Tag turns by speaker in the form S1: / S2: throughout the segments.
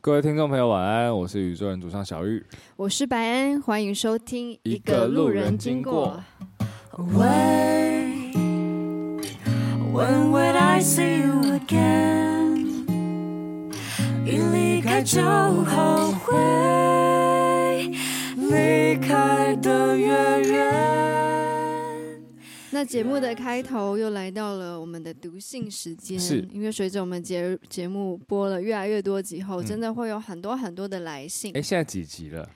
S1: 各位听众朋友，晚安！我是宇宙人主唱小玉，
S2: 我是白安，欢迎收听《
S1: 一个路人经过。
S3: When, when would I see you again？一离开就后悔，离开的越远。
S2: 那节目的开头又来到了我们的读信时间，
S1: 是
S2: 因为随着我们节节目播了越来越多集后，
S1: 嗯
S2: 真的会有很多很多的来信。
S1: 哎，现在几集了？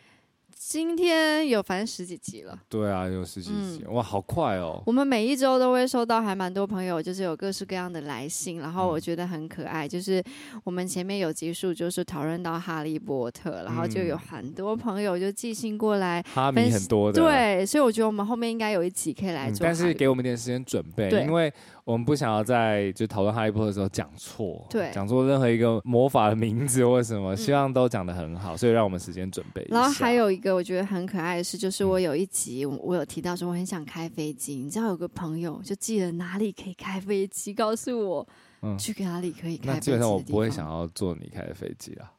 S2: 今天有反正十几集了。
S1: 对啊，有十几集，
S2: 嗯
S1: 哇，好快哦！
S2: 我们每一周都会收到还蛮多朋友，就是有各式各样的来信，然
S1: 嗯
S2: 后我觉得很可爱。就是我们前面有集数就是讨论到哈利波特，然后就
S1: 嗯
S2: 有很多朋友就寄信过来，
S1: 哈迷很多的，
S2: 对，所以我觉得我们后面应该有一集可以来
S1: 嗯，
S2: 做哈
S1: 但
S2: 利波特、
S1: 是给我们一点时间准备，
S2: 对
S1: 因为我们不想要在就讨论哈利波特的时候讲错，
S2: 对嗯
S1: 讲错任何一个魔法的名字或者什么，希望都讲得很好，所以让我们时间准备一下。
S2: 然后还有一个我觉得很可爱的事，就是
S1: 嗯
S2: 我有一集我我有提到说我很想开飞机，你知道有个朋友就记得哪里可以开飞机，告诉我、
S1: 嗯
S2: 去哪里可以开
S1: 那
S2: 飞
S1: 基本
S2: 机的
S1: 上
S2: 地方。
S1: 我不会想要坐你开的飞机啊，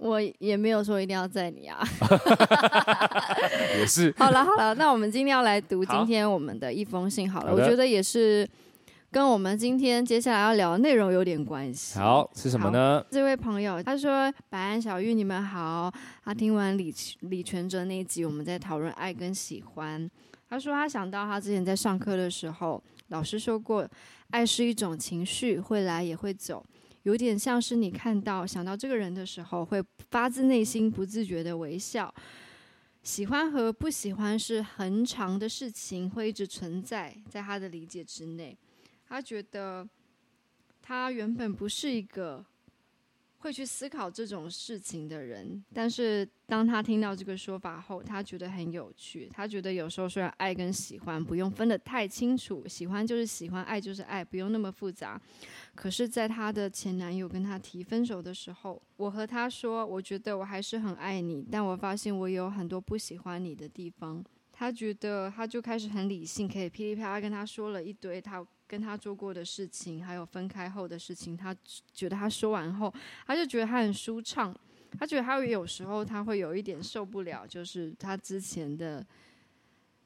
S2: 我也没有说一定要载你啊。
S1: 也是
S2: 好了好了，那我们今天要来读
S1: 好
S2: 今天我们的一封信好了，
S1: 好
S2: 我
S1: 的
S2: 觉得也是跟我们今天接下来要聊的内容有点关系。
S1: 好是什么呢？
S2: 这位朋友他说：“白安、小玉，你们好。他听完李李全哲那一集，我们在讨论爱跟喜欢。他说他想到他之前在上课的时候，老师说过，爱是一种情绪，会来也会走，有点像是你看到想到这个人的时候，会发自内心不自觉的微笑。喜欢和不喜欢是很长的事情，会一直存在在他的理解之内。他觉得他原本不是一个会去思考这种事情的人，但是当他听到这个说法后，他觉得很有趣。他觉得有时候虽然爱跟喜欢不用分得太清楚，喜欢就是喜欢，爱就是爱，不用那么复杂。可是，在她的前男友跟她提分手的时候，我和他说，我觉得我还是很爱你，但我发现我有很多不喜欢你的地方。他觉得他就开始很理性，可以噼里啪啦跟他说了一堆他跟他做过的事情，还有分开后的事情。他觉得他说完后，他就觉得他很舒畅，他觉得他有时候他会有一点受不了，就是他之前的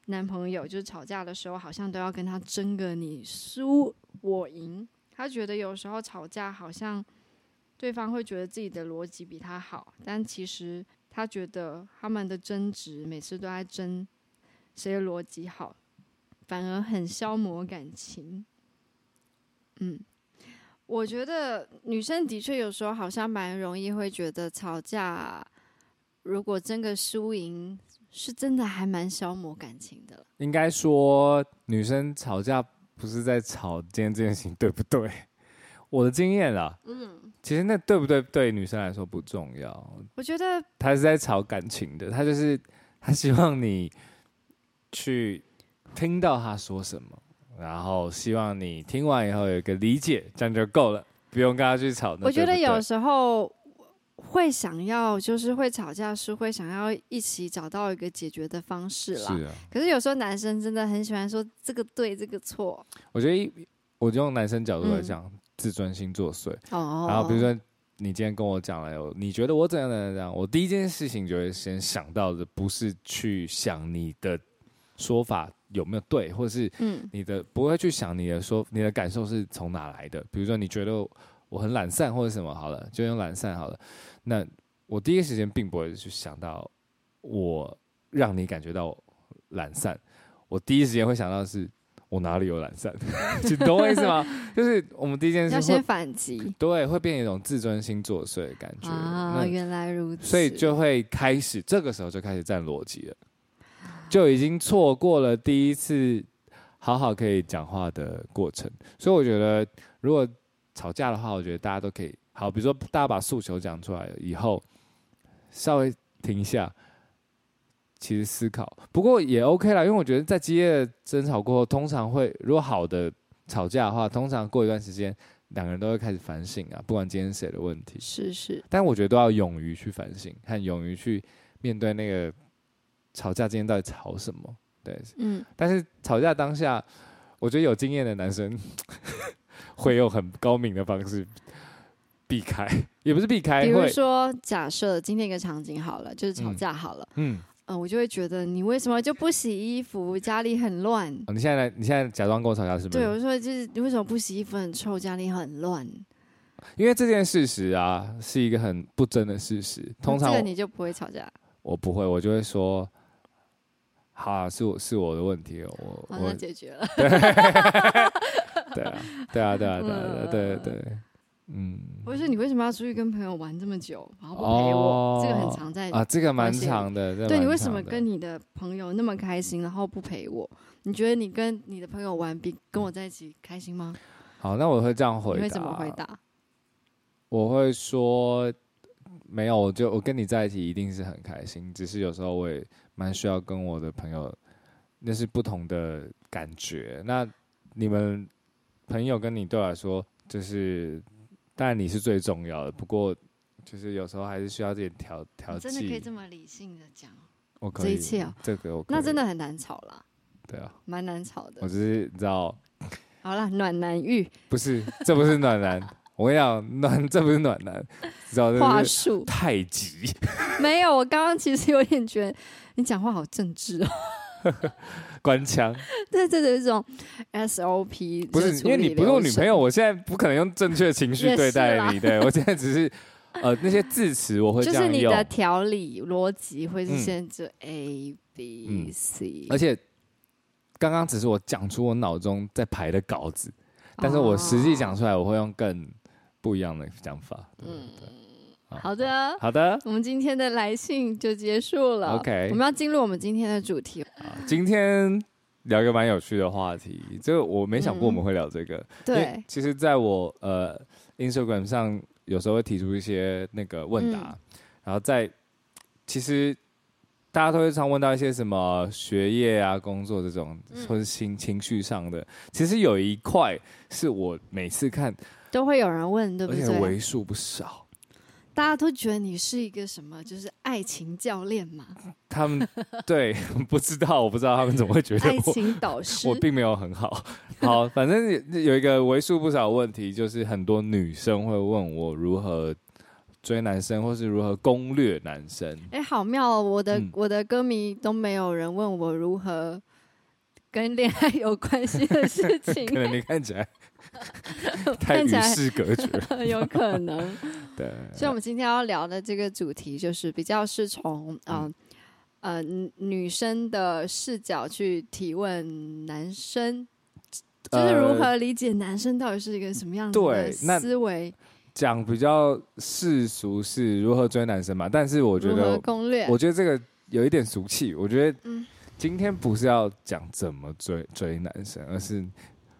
S2: 男朋友，就是吵架的时候，好像都要跟他争个你输我赢。他觉得有时候吵架好像对方会觉得自己的逻辑比他好，但其实他觉得他们的争执每次都在争谁的逻辑好，反而很消磨感情。嗯，我觉得女生的确有时候好像蛮容易会觉得吵架，如果争个输赢，是真的还蛮消磨感情的了。
S1: 应该说女生吵架不是在吵今天这件事情对不对？我的经验啦，嗯，其实那对不对对女生来说不重要，
S2: 我觉得
S1: 她是在吵感情的，她就是她希望你去听到她说什么，然后希望你听完以后有一个理解，这样就够了，不用跟她去吵。那
S2: 我觉
S1: 对
S2: 得
S1: 不
S2: 有
S1: 对
S2: 时候会想要，就是会吵架，是会想要一起找到一个解决的方式啦。
S1: 是啊，
S2: 可是有时候男生真的很喜欢说这个对，这个错。
S1: 我觉得一我就用男生角度
S2: 嗯
S1: 来讲，自尊心作祟。
S2: 哦，
S1: 然后比如，说你今天跟我讲了有，你觉得我怎样怎样怎样，我第一件事情就会先想到的不是去想你的说法有没有对，或是
S2: 嗯
S1: 你的不会去想你的说你的感受是从哪来的。比如说你觉得我很懒散或者什么好了，就用懒散好了。那我第一时间并不会去想到我让你感觉到懒散，我第一时间会想到的是。我哪里有懒散？ 你懂我意思吗？就是我们第一件事
S2: 要
S1: 会
S2: 先反击
S1: 对，会变成一种自尊心作祟的感觉。
S2: 啊！
S1: 那
S2: 原来如此，
S1: 所以就会开始，这个时候就开始站逻辑了，就已经错过了第一次好好可以讲话的过程。所以我觉得，如果吵架的话，我觉得大家都可以好，比如说大家把诉求讲出来以后，稍微停一下。其实思考，不过也 OK 啦，因为我觉得在激烈的争吵过后，通常会如果好的吵架的话，通常过一段时间，两个人都会开始反省啊，不管今天谁的问题。
S2: 是是
S1: 但我觉得都要勇于去反省，和勇于去面对那个吵架今天到底吵什么。对，
S2: 嗯，
S1: 但是吵架当下， 我觉得有经验的男生会用很高明的方式。避开，也不是避开，
S2: 比如
S1: 会
S2: 说，假设今天一个场景好了，就是吵架好了，
S1: 嗯、
S2: 嗯、我就会觉得你为什么就不洗衣服？家里很乱。
S1: 哦你现在来，你现在假装跟我吵架是不
S2: 对，我
S1: 是？
S2: 就说就是你为什么不洗衣服？很臭，家里很乱。
S1: 因为这件事实啊，是一个很不争的事实。通常
S2: 这
S1: 我
S2: 个你就不会吵架。
S1: 我不会，我就会说，好啊、是我是我的问题，我
S2: 好，
S1: 我
S2: 那解决了。
S1: 对啊，对啊，对啊，对啊，对啊对啊
S2: 嗯
S1: 对啊，嗯
S2: 我就说你为什么要出去跟朋友玩这么久，然后不陪我？
S1: 哦
S2: 这个很常在。
S1: 啊，这个蛮
S2: 关系
S1: 长的，这个
S2: 对你
S1: 蛮
S2: 为什么
S1: 长的
S2: 跟你的朋友那么开心，然后不陪我？你觉得你跟你的朋友玩比跟我在一起开心吗？
S1: 好？那我嗯会这样回
S2: 你
S1: 答，啊
S2: 会怎么回？答？
S1: 我会说没有，我就我跟你在一起一定是很开心，只是有时候我也蛮需要跟我的朋友，那是不同的感觉。那你们朋友跟你对我来说，就是当然你是最重要的，不过就是有时候还是需要这点调调
S2: 你
S1: 剂。
S2: 真的可以这么理性的讲，
S1: 我可
S2: 这
S1: 以
S2: 一切哦
S1: 这个我可
S2: 那
S1: 以
S2: 真的很难吵啦，
S1: 对啊，
S2: 蛮难吵的
S1: 我。只是你知道，
S2: 好啦，暖男欲
S1: 不是这不是暖男， 我跟你讲暖这不是暖男，你知道
S2: 话
S1: 这是
S2: 术
S1: 太极。
S2: 没有，我刚刚其实有点觉得你讲话好政治哦，
S1: 官腔，
S2: 对，这有一种 SOP，
S1: 不
S2: 就是处
S1: 因为
S2: 理
S1: 你不是我
S2: 流
S1: 女
S2: 程
S1: 朋友，，我现在不可能用正确情绪
S2: 也
S1: 对
S2: 是
S1: 待
S2: 啦
S1: 你，对我现在只是呃那些字词我会这
S2: 就是
S1: 样
S2: 你
S1: 用，
S2: 的条理逻辑会是
S1: 嗯
S2: 先这 A
S1: 嗯
S2: B C，
S1: 而且刚刚只是我讲出我脑中在排的稿子，但是我实际讲
S2: 哦，
S1: 出来，我会用更不一样的讲法。嗯
S2: 嗯，
S1: 好
S2: 好的。
S1: 好的，
S2: 我们今天的来信就结束了
S1: OK
S2: 我们要进入我们今天的主题。
S1: 好啊今天聊一个蛮有趣的话题，这个我没想过我们会聊这个，因为
S2: 对，
S1: 其实在我呃 Instagram 上有时候会提出一些那个问答，
S2: 嗯
S1: 然后在其实大家都会常问到一些什么学业啊、工作这种，
S2: 嗯
S1: 或是情情绪上的。其实有一块是我每次看，
S2: 都会有人问，对不
S1: 而且
S2: 对？
S1: 为数不少，
S2: 大家都觉得你是一个什么，就是爱情教练嘛，
S1: 他们对 不知道，我不知道他们怎么会觉得
S2: 爱
S1: 我
S2: 情导师
S1: 我。并没有很好。 好，反正有有一个为数不少的问题，就是很多女生会问我如何追男生，或是如何攻略男 生。
S2: 哎、好妙、哦！我的、
S1: 嗯
S2: 我的歌迷都没有人问我如何跟恋爱有关系 的事情
S1: 可，能你看起来 太
S2: 看
S1: 与
S2: 起来
S1: 世隔绝了。
S2: 有可 能。
S1: 对，
S2: 所以，我们今天要聊的这个主题，就是比较是从
S1: 嗯
S2: 呃呃女女生的视角去提问男生，就是如
S1: 呃
S2: 何理解男生到底是一个什么样子的
S1: 对那
S2: 思维，
S1: 讲比较世俗是如何追男生嘛？但是我觉
S2: 如何
S1: 得，
S2: 攻略。
S1: 我觉得这个有一点俗气。我觉得
S2: 嗯，
S1: 今天不是要讲怎么追追男生，而是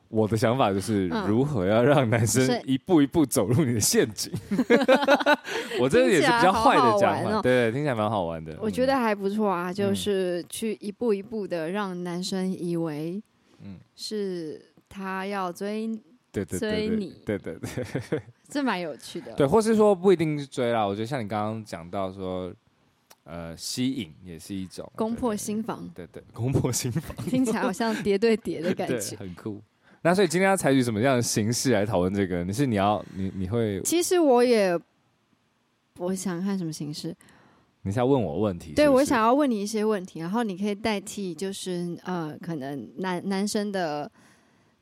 S1: 我的想法就是
S2: 嗯
S1: 如何要让男生
S2: 是
S1: 一步一步走入你的陷 阱。 我这个也是比较坏的
S2: 听起来好
S1: 讲法，
S2: 好玩哦
S1: 对，听起来蛮好玩的。
S2: 我觉得还不错啊，就
S1: 嗯
S2: 是去一步一步的让男生以为，
S1: 嗯
S2: 是他要追，
S1: 对对对
S2: 追
S1: 对
S2: 你嗯
S1: 对对对。
S2: 这蛮有趣的。
S1: 对，或是说不一定是追啦，我觉得像你刚刚讲到说，呃，吸引也是一种
S2: 攻破，
S1: 对
S2: 心房，
S1: 对对对，攻破心房，
S2: 听起来好像叠对叠的感
S1: 对，
S2: 觉。
S1: 很酷。那所以今天要采取什么样的形式来讨论这个？你是你要你你会
S2: 其实我也，我想看什么形式。
S1: 你是要问我问题是不是？
S2: 对我想要问你一些问题，然后你可以代替，就是呃，可能男男生的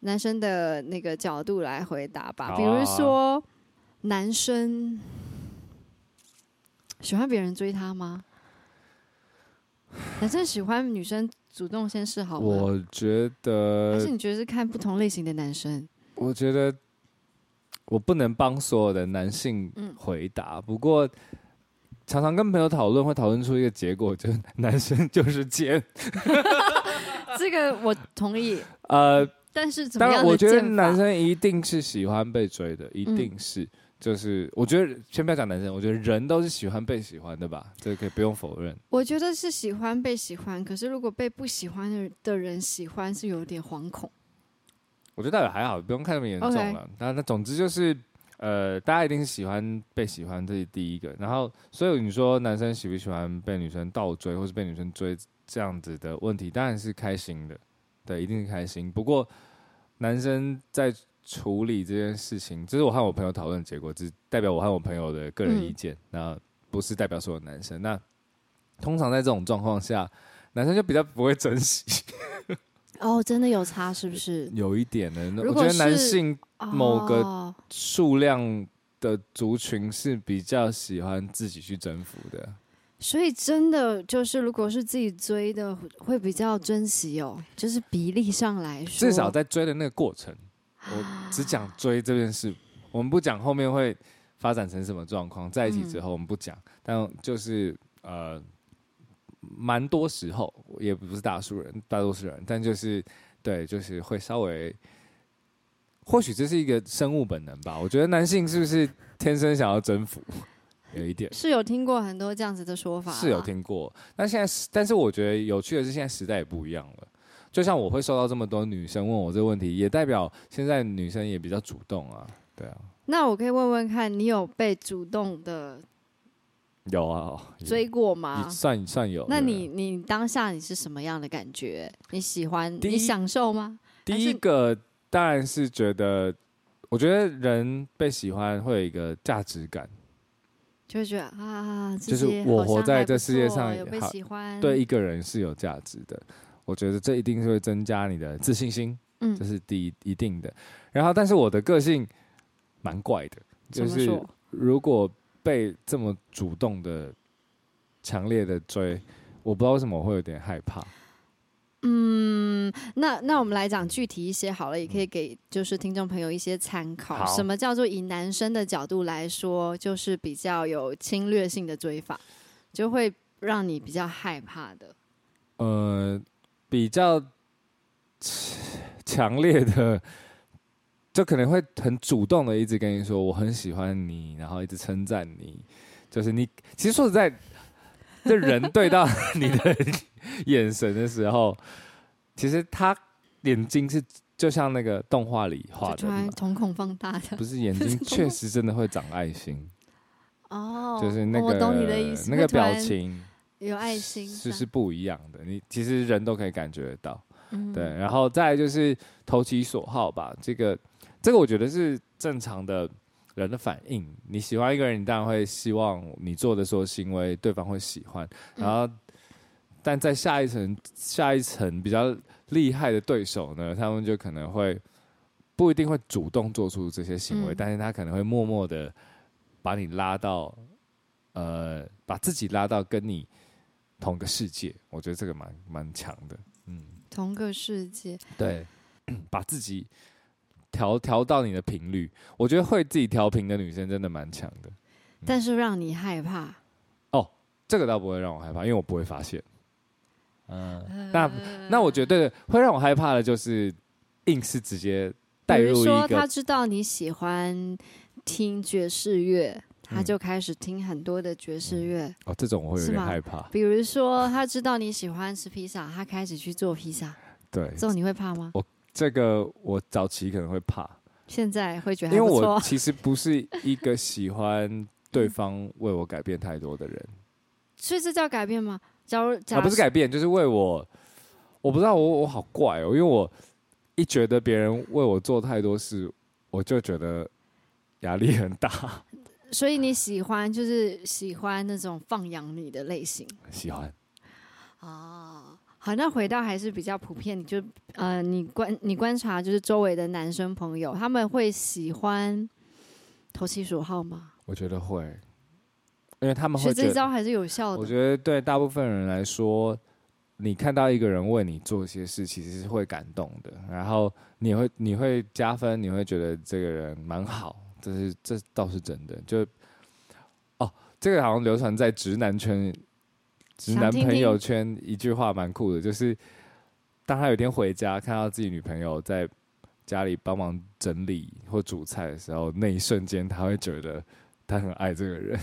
S2: 男生的那个角度来回答吧。
S1: 好啊
S2: 比如说，男生喜欢别人追他吗？男生喜欢女生主动先示好吗？
S1: 我呃觉
S2: 还
S1: 得
S2: 是，你觉得是看不同类型的男生？
S1: 我觉得我不能帮所有的男性
S2: 嗯
S1: 回答，不过。常常跟朋友讨论，会讨论出一个结果，就是男生就是贱。
S2: 这个我同意，
S1: 呃，
S2: 但是怎么
S1: 当
S2: 样
S1: 然，
S2: 的
S1: 我觉得
S2: 见法嗯
S1: 男生一定是喜欢被追的，一定是。就是我觉得，先不要讲男生，我觉得人都是喜欢被喜欢的吧，这个可以不用否认。
S2: 我觉得是喜欢被喜欢，可是如果被不喜欢的的人喜欢，是有点惶恐。
S1: 我觉得倒也还好，不用看那么严重了。那那总之就是，呃，大家一定是喜欢被喜欢，这是第一个。然后，所以你说男生喜不喜欢被女生倒追，或是被女生追这样子的问题，当然是开心的，对，一定是开心。不过，男生在处理这件事情，这是我和我朋友讨论的结果，只代表我和我朋友的个人
S2: 嗯
S1: 意见，那不是代表所有男生。那通常在这种状况下，男生就比较不会珍惜，
S2: 哦，真的有差是不是？
S1: 有一点呢。
S2: 如
S1: 我
S2: 果
S1: 觉得男
S2: 是
S1: 性某个
S2: 哦
S1: 数量的族群是比较喜欢自己去征服的。
S2: 所以真的就是，如果是自己追的，会比较珍惜哦。就是比例上来说，
S1: 至少在追的那个过程，我只讲追这件事，我们不讲后面会发展成什么状况，在一起之后我们不讲，但就是呃，蛮多时候也不是大数人，大多数人，但就是对，就是会稍微。或许这是一个生物本能吧，我觉得男性是不是天生想要征服，有一点。
S2: 是有听过很多这样子的说法，啊
S1: 是有。听过，但现在是，但是我觉得有趣的是，现在时代也不一样了。就像我会收到这么多女生问我这个问题，也代表现在女生也比较主动啊。对啊，
S2: 那我可以问问看，你有被主动的
S1: 有啊，有
S2: 追过
S1: 你
S2: 吗？
S1: 算算有。
S2: 那
S1: 哦对
S2: 你你当下你是什么样的感觉？你喜欢？
S1: 第一
S2: 你享受吗？
S1: 第
S2: 还
S1: 一
S2: 是
S1: 个当然是觉得，我觉得人被喜欢会有一个价值感，
S2: 就会觉得啊，这
S1: 就是
S2: 些
S1: 我
S2: 好像
S1: 活在
S2: 还不
S1: 这世界
S2: 错
S1: 上
S2: 有被
S1: 好
S2: 喜欢，
S1: 对，一个人是有价值的。我觉得这一定是会增加你的自信心，
S2: 嗯
S1: 这，是第一一定的。然后，但是我的个性蛮怪的，就
S2: 怎么
S1: 是
S2: 说？
S1: 如果被这么主动的、强烈的追，我不知道为什么我会有点害怕。
S2: 嗯，那那我们来讲具体一些好了，也可以给就是听众朋友一些参考。
S1: 嗯好
S2: 什么叫做以男生的角度来说，就是比较有侵略性的追法，就会让你比较害怕的。
S1: 呃，比较强强烈的，就可能会很主动的一直跟你说我很喜欢你，然后一直称赞你，就是你其实说实在，这人对到你的眼神的时候，其实他眼睛是就像那个动画里画
S2: 就
S1: 的
S2: 突
S1: 嘛
S2: 然。瞳孔放大 的
S1: 不是眼睛确实真的会长爱心，
S2: 哦，
S1: 就是那个、
S2: 我懂你的意思，
S1: 那
S2: 会
S1: 个
S2: 突然
S1: 表情
S2: 有爱心，
S1: 是是不一样的。你其实人都可以感觉得到，
S2: 嗯
S1: 对。然后再来就是投其所好吧，这个这个我觉得是正常的人的反应。你喜欢一个人，你当然会希望你做的所有行为对方会喜欢，
S2: 嗯
S1: 然后。但在下一层，下一层比较厉害的对手呢，他们就可能会不一定会主动做出这些行为，
S2: 嗯
S1: 但是他可能会默默的把你拉到，呃，把自己拉到跟你同个世界。我觉得这个蛮蛮强的，嗯，
S2: 同个世界，
S1: 对， 把自己调调到你的频率。我觉得会自己调频的女生真的蛮强的，
S2: 但是让你害怕。
S1: 这个倒不会让我害怕，因为我不会发现。嗯，那那我觉得会让我害怕的就是硬是直接带
S2: 比如
S1: 入一
S2: 说
S1: 个
S2: 他知道你喜欢听爵士乐，他
S1: 嗯
S2: 就开始听很多的爵士乐。
S1: 哦，这种我会有
S2: 是
S1: 点
S2: 吗
S1: 害怕。
S2: 比如说，他知道你喜欢吃披萨，他开始去做 披萨，
S1: 对，
S2: 这种你会怕吗？
S1: 这个我早期可能会怕，
S2: 现在会觉得
S1: 因
S2: 还
S1: 为
S2: 不
S1: 我
S2: 错。 嗯
S1: 其实不是一个喜欢对方为我改变太多的人，
S2: 所以这叫改变吗？假如假
S1: 啊，
S2: 如、
S1: 不是改变，就是为我，我不知道我我好怪哦，因为我一觉得别人为我做太多事，我就觉得压力很大，
S2: 所以你喜欢就是喜欢那种放养你的类型
S1: 喜欢。
S2: 啊。好，那回到还是比较普遍，你就呃，你观你观察就是周围的男生朋友，他们会喜欢投其所好吗？
S1: 我觉得会，因为他们
S2: 所
S1: 会
S2: 以
S1: 觉
S2: 这
S1: 得，
S2: 招还是有效
S1: 我
S2: 的。
S1: 觉得对大部分人来说，你看到一个人为你做些事，其实是会感动的，然后你会你会加分，你会觉得这个人蛮好，这是这倒是真的。就哦，这个好像流传在直男圈、直男
S2: 想听
S1: 朋友圈一句话蛮酷的，就是当他有一天回家看到自己女朋友在。家里帮忙整理或煮菜的时候，那一瞬间他会觉得他很爱这个人，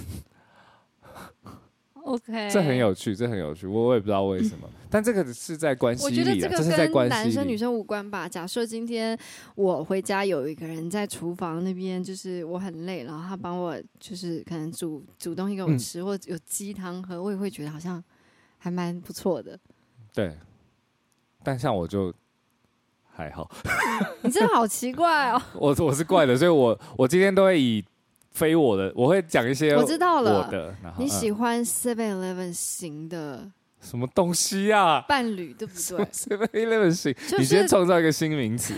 S2: OK，
S1: 这很。有趣，这很有趣，我我也不知道为什么，但这个是在关系
S2: 我
S1: 里、
S2: 觉
S1: 啊，
S2: 得这个
S1: 是在
S2: 跟
S1: 关系
S2: 男
S1: 里。
S2: 生女生无关吧。假设今天我回家有一个人在厨房那边，就是我很累，然后他帮我就是可能煮煮东西给我
S1: 嗯
S2: 吃，或者有鸡汤喝，我也会觉得好像还蛮不错的。
S1: 对，但像我就还还好。
S2: 你真的好奇怪哦！
S1: 我我是怪的，所以我我今天都会以非我的，我会讲一些
S2: 我知道了
S1: 我的。然后嗯
S2: 你喜欢 Seven Eleven 型的
S1: 什么东西啊？
S2: 伴侣，对不 对？
S1: Seven Eleven 型，
S2: 就是
S1: 你先创造一个新名 词。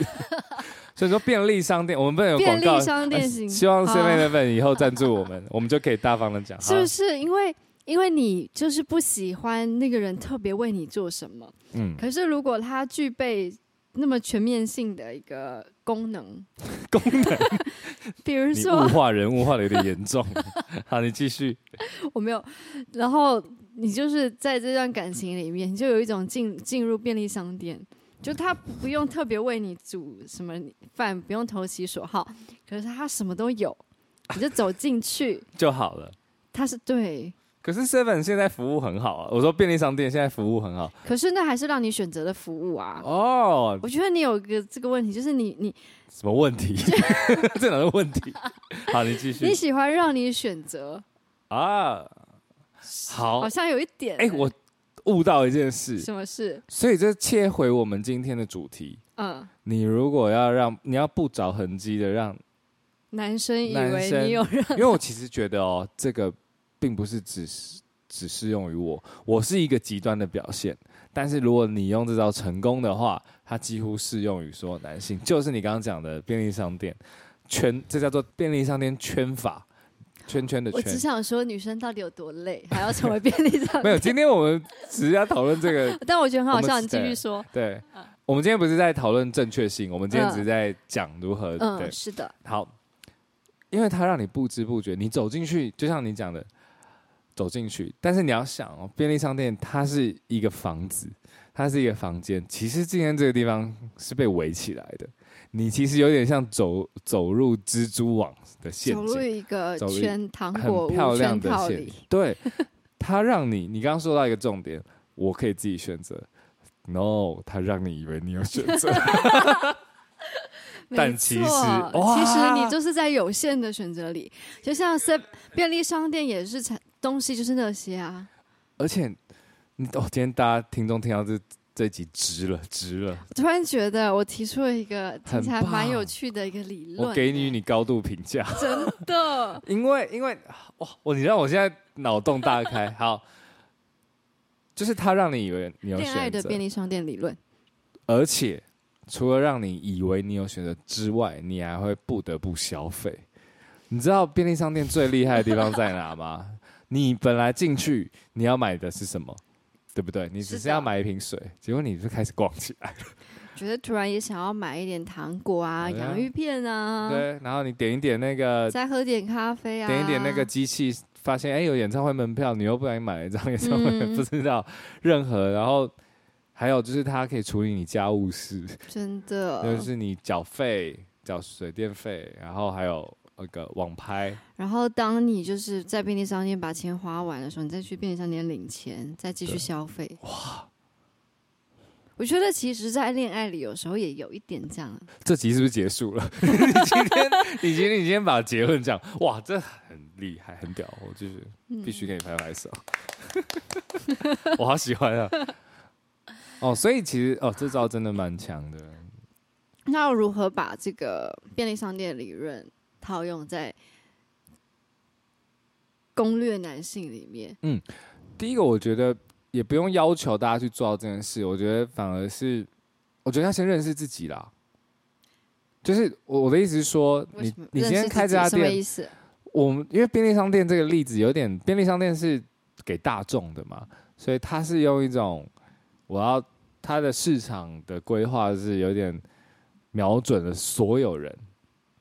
S1: 所以说便利商啊店，我们不能有
S2: 便
S1: 广告呃
S2: 利。商店型，
S1: 希望
S2: 好
S1: Seven Eleven 以后赞助我们，我们就可以大方的讲。
S2: 是不是因为因为你就是不喜欢那个人特别为你做什么？
S1: 嗯，
S2: 可是如果他具备那么全面性的一个功能，
S1: 功能
S2: 比如
S1: 你
S2: 说
S1: 物化人物化的有点严 重。好，你继续。
S2: 我没有，然后你就是在这段感情里面，你就有一种进进入便利商店，就他不不用特别为你煮什么饭，不用投其所好，可是他什么都有，你就走进去，
S1: 就好了。
S2: 他是对，
S1: 可是 Seven 现在服务很好啊，我说便利商店现在服务很好
S2: 可是那还是让你选择的服务啊。
S1: 哦，
S2: 我觉得你有一个这个问题，就是你你
S1: 什么问 题？这哪是问 题？好，你继续
S2: 你喜欢让你选择，
S1: 啊。好
S2: 好，像有一点
S1: 哎、哦我悟到一件事，
S2: 什么事？
S1: 所以这切回我们今天的主题。
S2: 嗯，
S1: 你如果要让你要不着痕迹的 让，
S2: 男生以
S1: 男
S2: 为
S1: 生
S2: 你有让
S1: 因为我其实觉得哦，这个并不是只是只适用于我，我是一个极端的表现。但是如果你用这招成功的话，它几乎适用于所有男性，就是你刚刚讲的便利商店圈，这叫做便利商店圈法，圈圈的
S2: 我只
S1: 圈。
S2: 想说，女生到底有多累，还要成为便利商 店？
S1: 没有，今天我们只是要讨论这个
S2: 但我觉得很好
S1: 我
S2: 笑，
S1: 们
S2: 你
S1: 是
S2: 继续
S1: 对
S2: 说。
S1: 对，我们今天不是在讨论正确性，我们今天只是在讲如何、对
S2: 嗯，是的，
S1: 好，因为它让你不知不觉，你走进去，就像你讲的，走进去。但是你要想哦，便利商店它是一个房子，它是一个房间。其实今天这个地方是被围起来的，你其实有点像走走入蜘蛛网的陷
S2: 走入
S1: 阱，
S2: 一个
S1: 走入一
S2: 圈糖果
S1: 很漂
S2: 屋
S1: 亮
S2: 圈
S1: 的
S2: 套
S1: 陷阱
S2: 里，。
S1: 对，它让你，你刚刚说到一个重点，我可以自己选择。No，它让你以为你有选择。
S2: 没
S1: 但其实
S2: 错
S1: 哇
S2: 其实你就是在有限的选择里，就像 se 便利商店也是产东西就是那些啊，
S1: 而且，你哦，今天大家听众听到这这一集值了，值了！
S2: 突然觉得我提出了一个听起来
S1: 很棒
S2: 蛮有趣的一个理论，
S1: 我给你你高度评 价，
S2: 真的
S1: 因为因为哇，我你让我现在脑洞大开，好，就是他让你以为你有
S2: 恋爱
S1: 选
S2: 的
S1: 择
S2: 便，利商店理论，
S1: 而且除了让你以为你有选择之外，你还会不得不消费。你知道便利商店最厉害的地方在哪吗？ 你本来进去你要买的是什么，对不对？你只
S2: 是
S1: 是
S2: 的
S1: 要买一瓶水，结果你就开始逛起来。
S2: 觉得突然也想要买一点糖果啊、
S1: 对啊
S2: 洋芋片啊，
S1: 对，然后你点一点那个
S2: 再喝点咖啡啊，
S1: 点一点那个机器，发现哎、有演唱会门票，你又不小心买了一张演唱会，
S2: 嗯
S1: 不知道任何，然后还有就是它可以处理你家务事，
S2: 真的，
S1: 就是你缴费、缴水电费，然后还有那个网拍，
S2: 然后，当你就是在便利商店把钱花完的时候，你再去便利商店领钱，再继续
S1: 对
S2: 消费。哇！我觉得其实，在恋爱里有时候也有一点这样，
S1: 这集是不是结束了？ 你今天，你今天，你今天把结论讲，哇，这很厉害，很屌，我就是
S2: 嗯
S1: 必须给你拍拍手， 我好喜欢啊！哦，所以其实哦，这招真的蛮强的。
S2: 那要如何把这个便利商店理论套用在攻略男性里面？
S1: 第一个，我觉得也不用要求大家去做到这件事，我觉得反而是，我觉得要先认识自己啦。就是我我的意思是说，
S2: 为
S1: 你
S2: 什么
S1: 你
S2: 认
S1: 今天
S2: 识
S1: 开
S2: 自
S1: 这家
S2: 己什么
S1: 店
S2: 意，思？
S1: 我们因为便利商店这个例子有点，便利商店是给大众的嘛，所以它是用一种我要它的市场的规划是有点瞄准了所有人，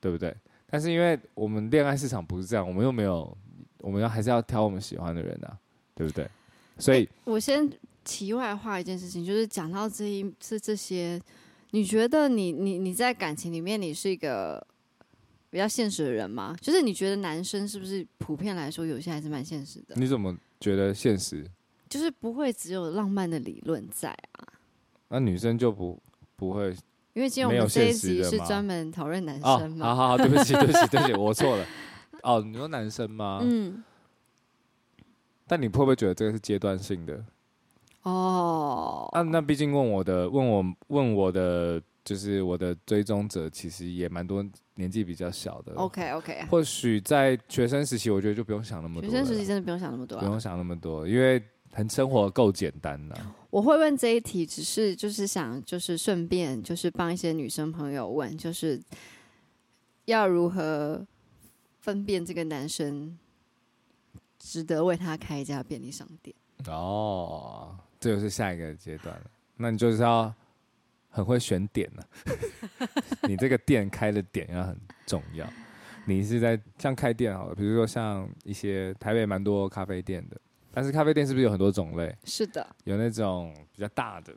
S1: 对不对？但是因为我们恋爱市场不是这样，我们又没有，我们要还是要挑我们喜欢的人啊，对不对？所以
S2: 我先题外话一件事情，就是讲到这一这这些，你觉得你你你在感情里面，你是一个比较现实的人吗？就是你觉得男生是不是普遍来说，有些还是蛮现实的，
S1: 你怎么觉得现实？
S2: 就是不会只有浪漫的理论在啊。
S1: 那女生就不不会
S2: 因为今天我
S1: 没有
S2: 们这一
S1: 现实
S2: 集
S1: 的
S2: 是
S1: 吗
S2: 专门讨论男
S1: 哦
S2: 生，嘛，
S1: 好好好，对不起，对不起，对不起，我错 了。哦，你说男生吗？
S2: 嗯，
S1: 但你会不会觉得这个是阶段性的？
S2: 哦，
S1: 啊，那毕竟问我的，问我问我的就是我的追踪者其实也蛮多年纪比较小的。
S2: OK OK，
S1: 或许在学生时期，我觉得就不用想那么
S2: 学
S1: 多了啦。
S2: 生时期真的不用想那么多
S1: 不
S2: 啊。
S1: 用想那么多，因为很生活够简单了。
S2: 我会问这一题，只是就是想就是顺便就是帮一些女生朋友问，就是要如何分辨这个男生值得为他开一家便利商店。
S1: 哦，这就是下一个阶段了。那你就是要很会选点了、 你这个店开的点要很重要。你是在像开店好了，比如说像一些台北蛮多咖啡店的，但是咖啡店是不是有很多种类？
S2: 是的，
S1: 有那种比较大的，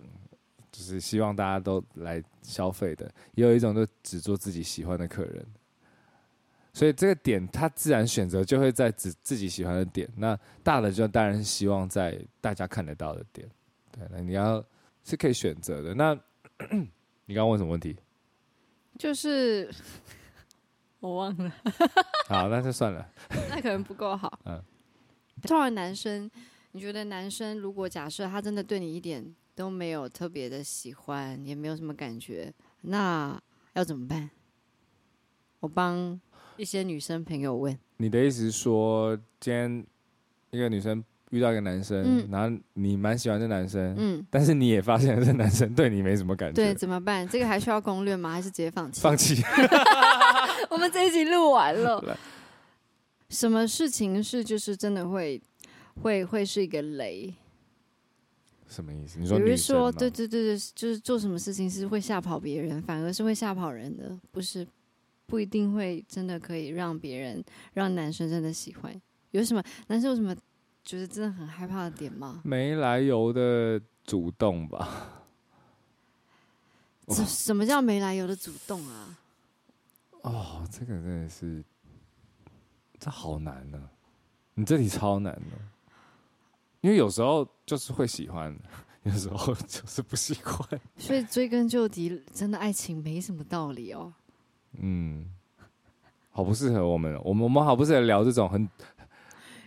S1: 就是希望大家都来消费的；也有一种就只做自己喜欢的客人。所以这个点，他自然选择就会在只自己喜欢的点。那大的就当然是希望在大家看得到的点。对，那你要是可以选择的。那 你刚刚问什么问题？
S2: 就是 我忘了，
S1: 好，那就算了。
S2: 那可能不够好。
S1: 嗯
S2: 通常男生，你觉得男生如果假设他真的对你一点都没有特别的喜欢，也没有什么感觉，那要怎么办？我帮一些女生朋友问，
S1: 你的意思是说，今天一个女生遇到一个男生，
S2: 嗯
S1: 然后你蛮喜欢这男生，
S2: 嗯，
S1: 但是你也发现这男生对你没什么感觉，
S2: 对，怎么办？这个还需要攻略吗？还是直接放弃？
S1: 放弃。
S2: 我们这一集录完了
S1: 来。
S2: 什么事情是就是真的会会会是一个雷？
S1: 什么意思？你
S2: 比
S1: 说
S2: 如
S1: 女生
S2: 说，
S1: 吗
S2: 对对对对，就是做什么事情是会吓跑别人，反而是会吓跑人的，不是不一定会真的可以让别人让男生真的喜欢。有什么男生有什么觉得真的很害怕的 点吗？
S1: 没来由的主动吧？哇
S2: 什什么叫没来由的主动啊？
S1: 哦，这个真的是，这好难啊呢、你这题超难的、因为有时候就是会喜欢， 有时候就是不喜欢。
S2: 所以追根究底，真的爱情没什么道理哦。
S1: 嗯，好不适合我们哦，我们我们好不适合聊这种很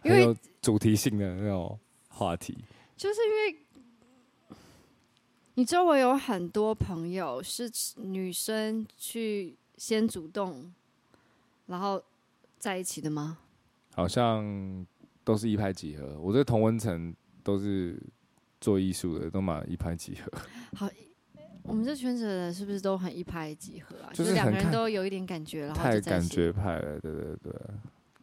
S2: 因
S1: 很
S2: 为
S1: 有主题性的那种话题。
S2: 就是因为你周围有很多朋友是女生去先主动，然后在一起的吗？
S1: 好像都是一拍即合。我这同温层都是做艺术的，都蛮一拍即合。
S2: 我们这圈子的人是不是都很一拍即合啊？
S1: 就是
S2: 两个
S1: 很
S2: 人
S1: 看
S2: 都有一点感觉，然后
S1: 太
S2: 就在一
S1: 感
S2: 起，
S1: 觉派了，对对对。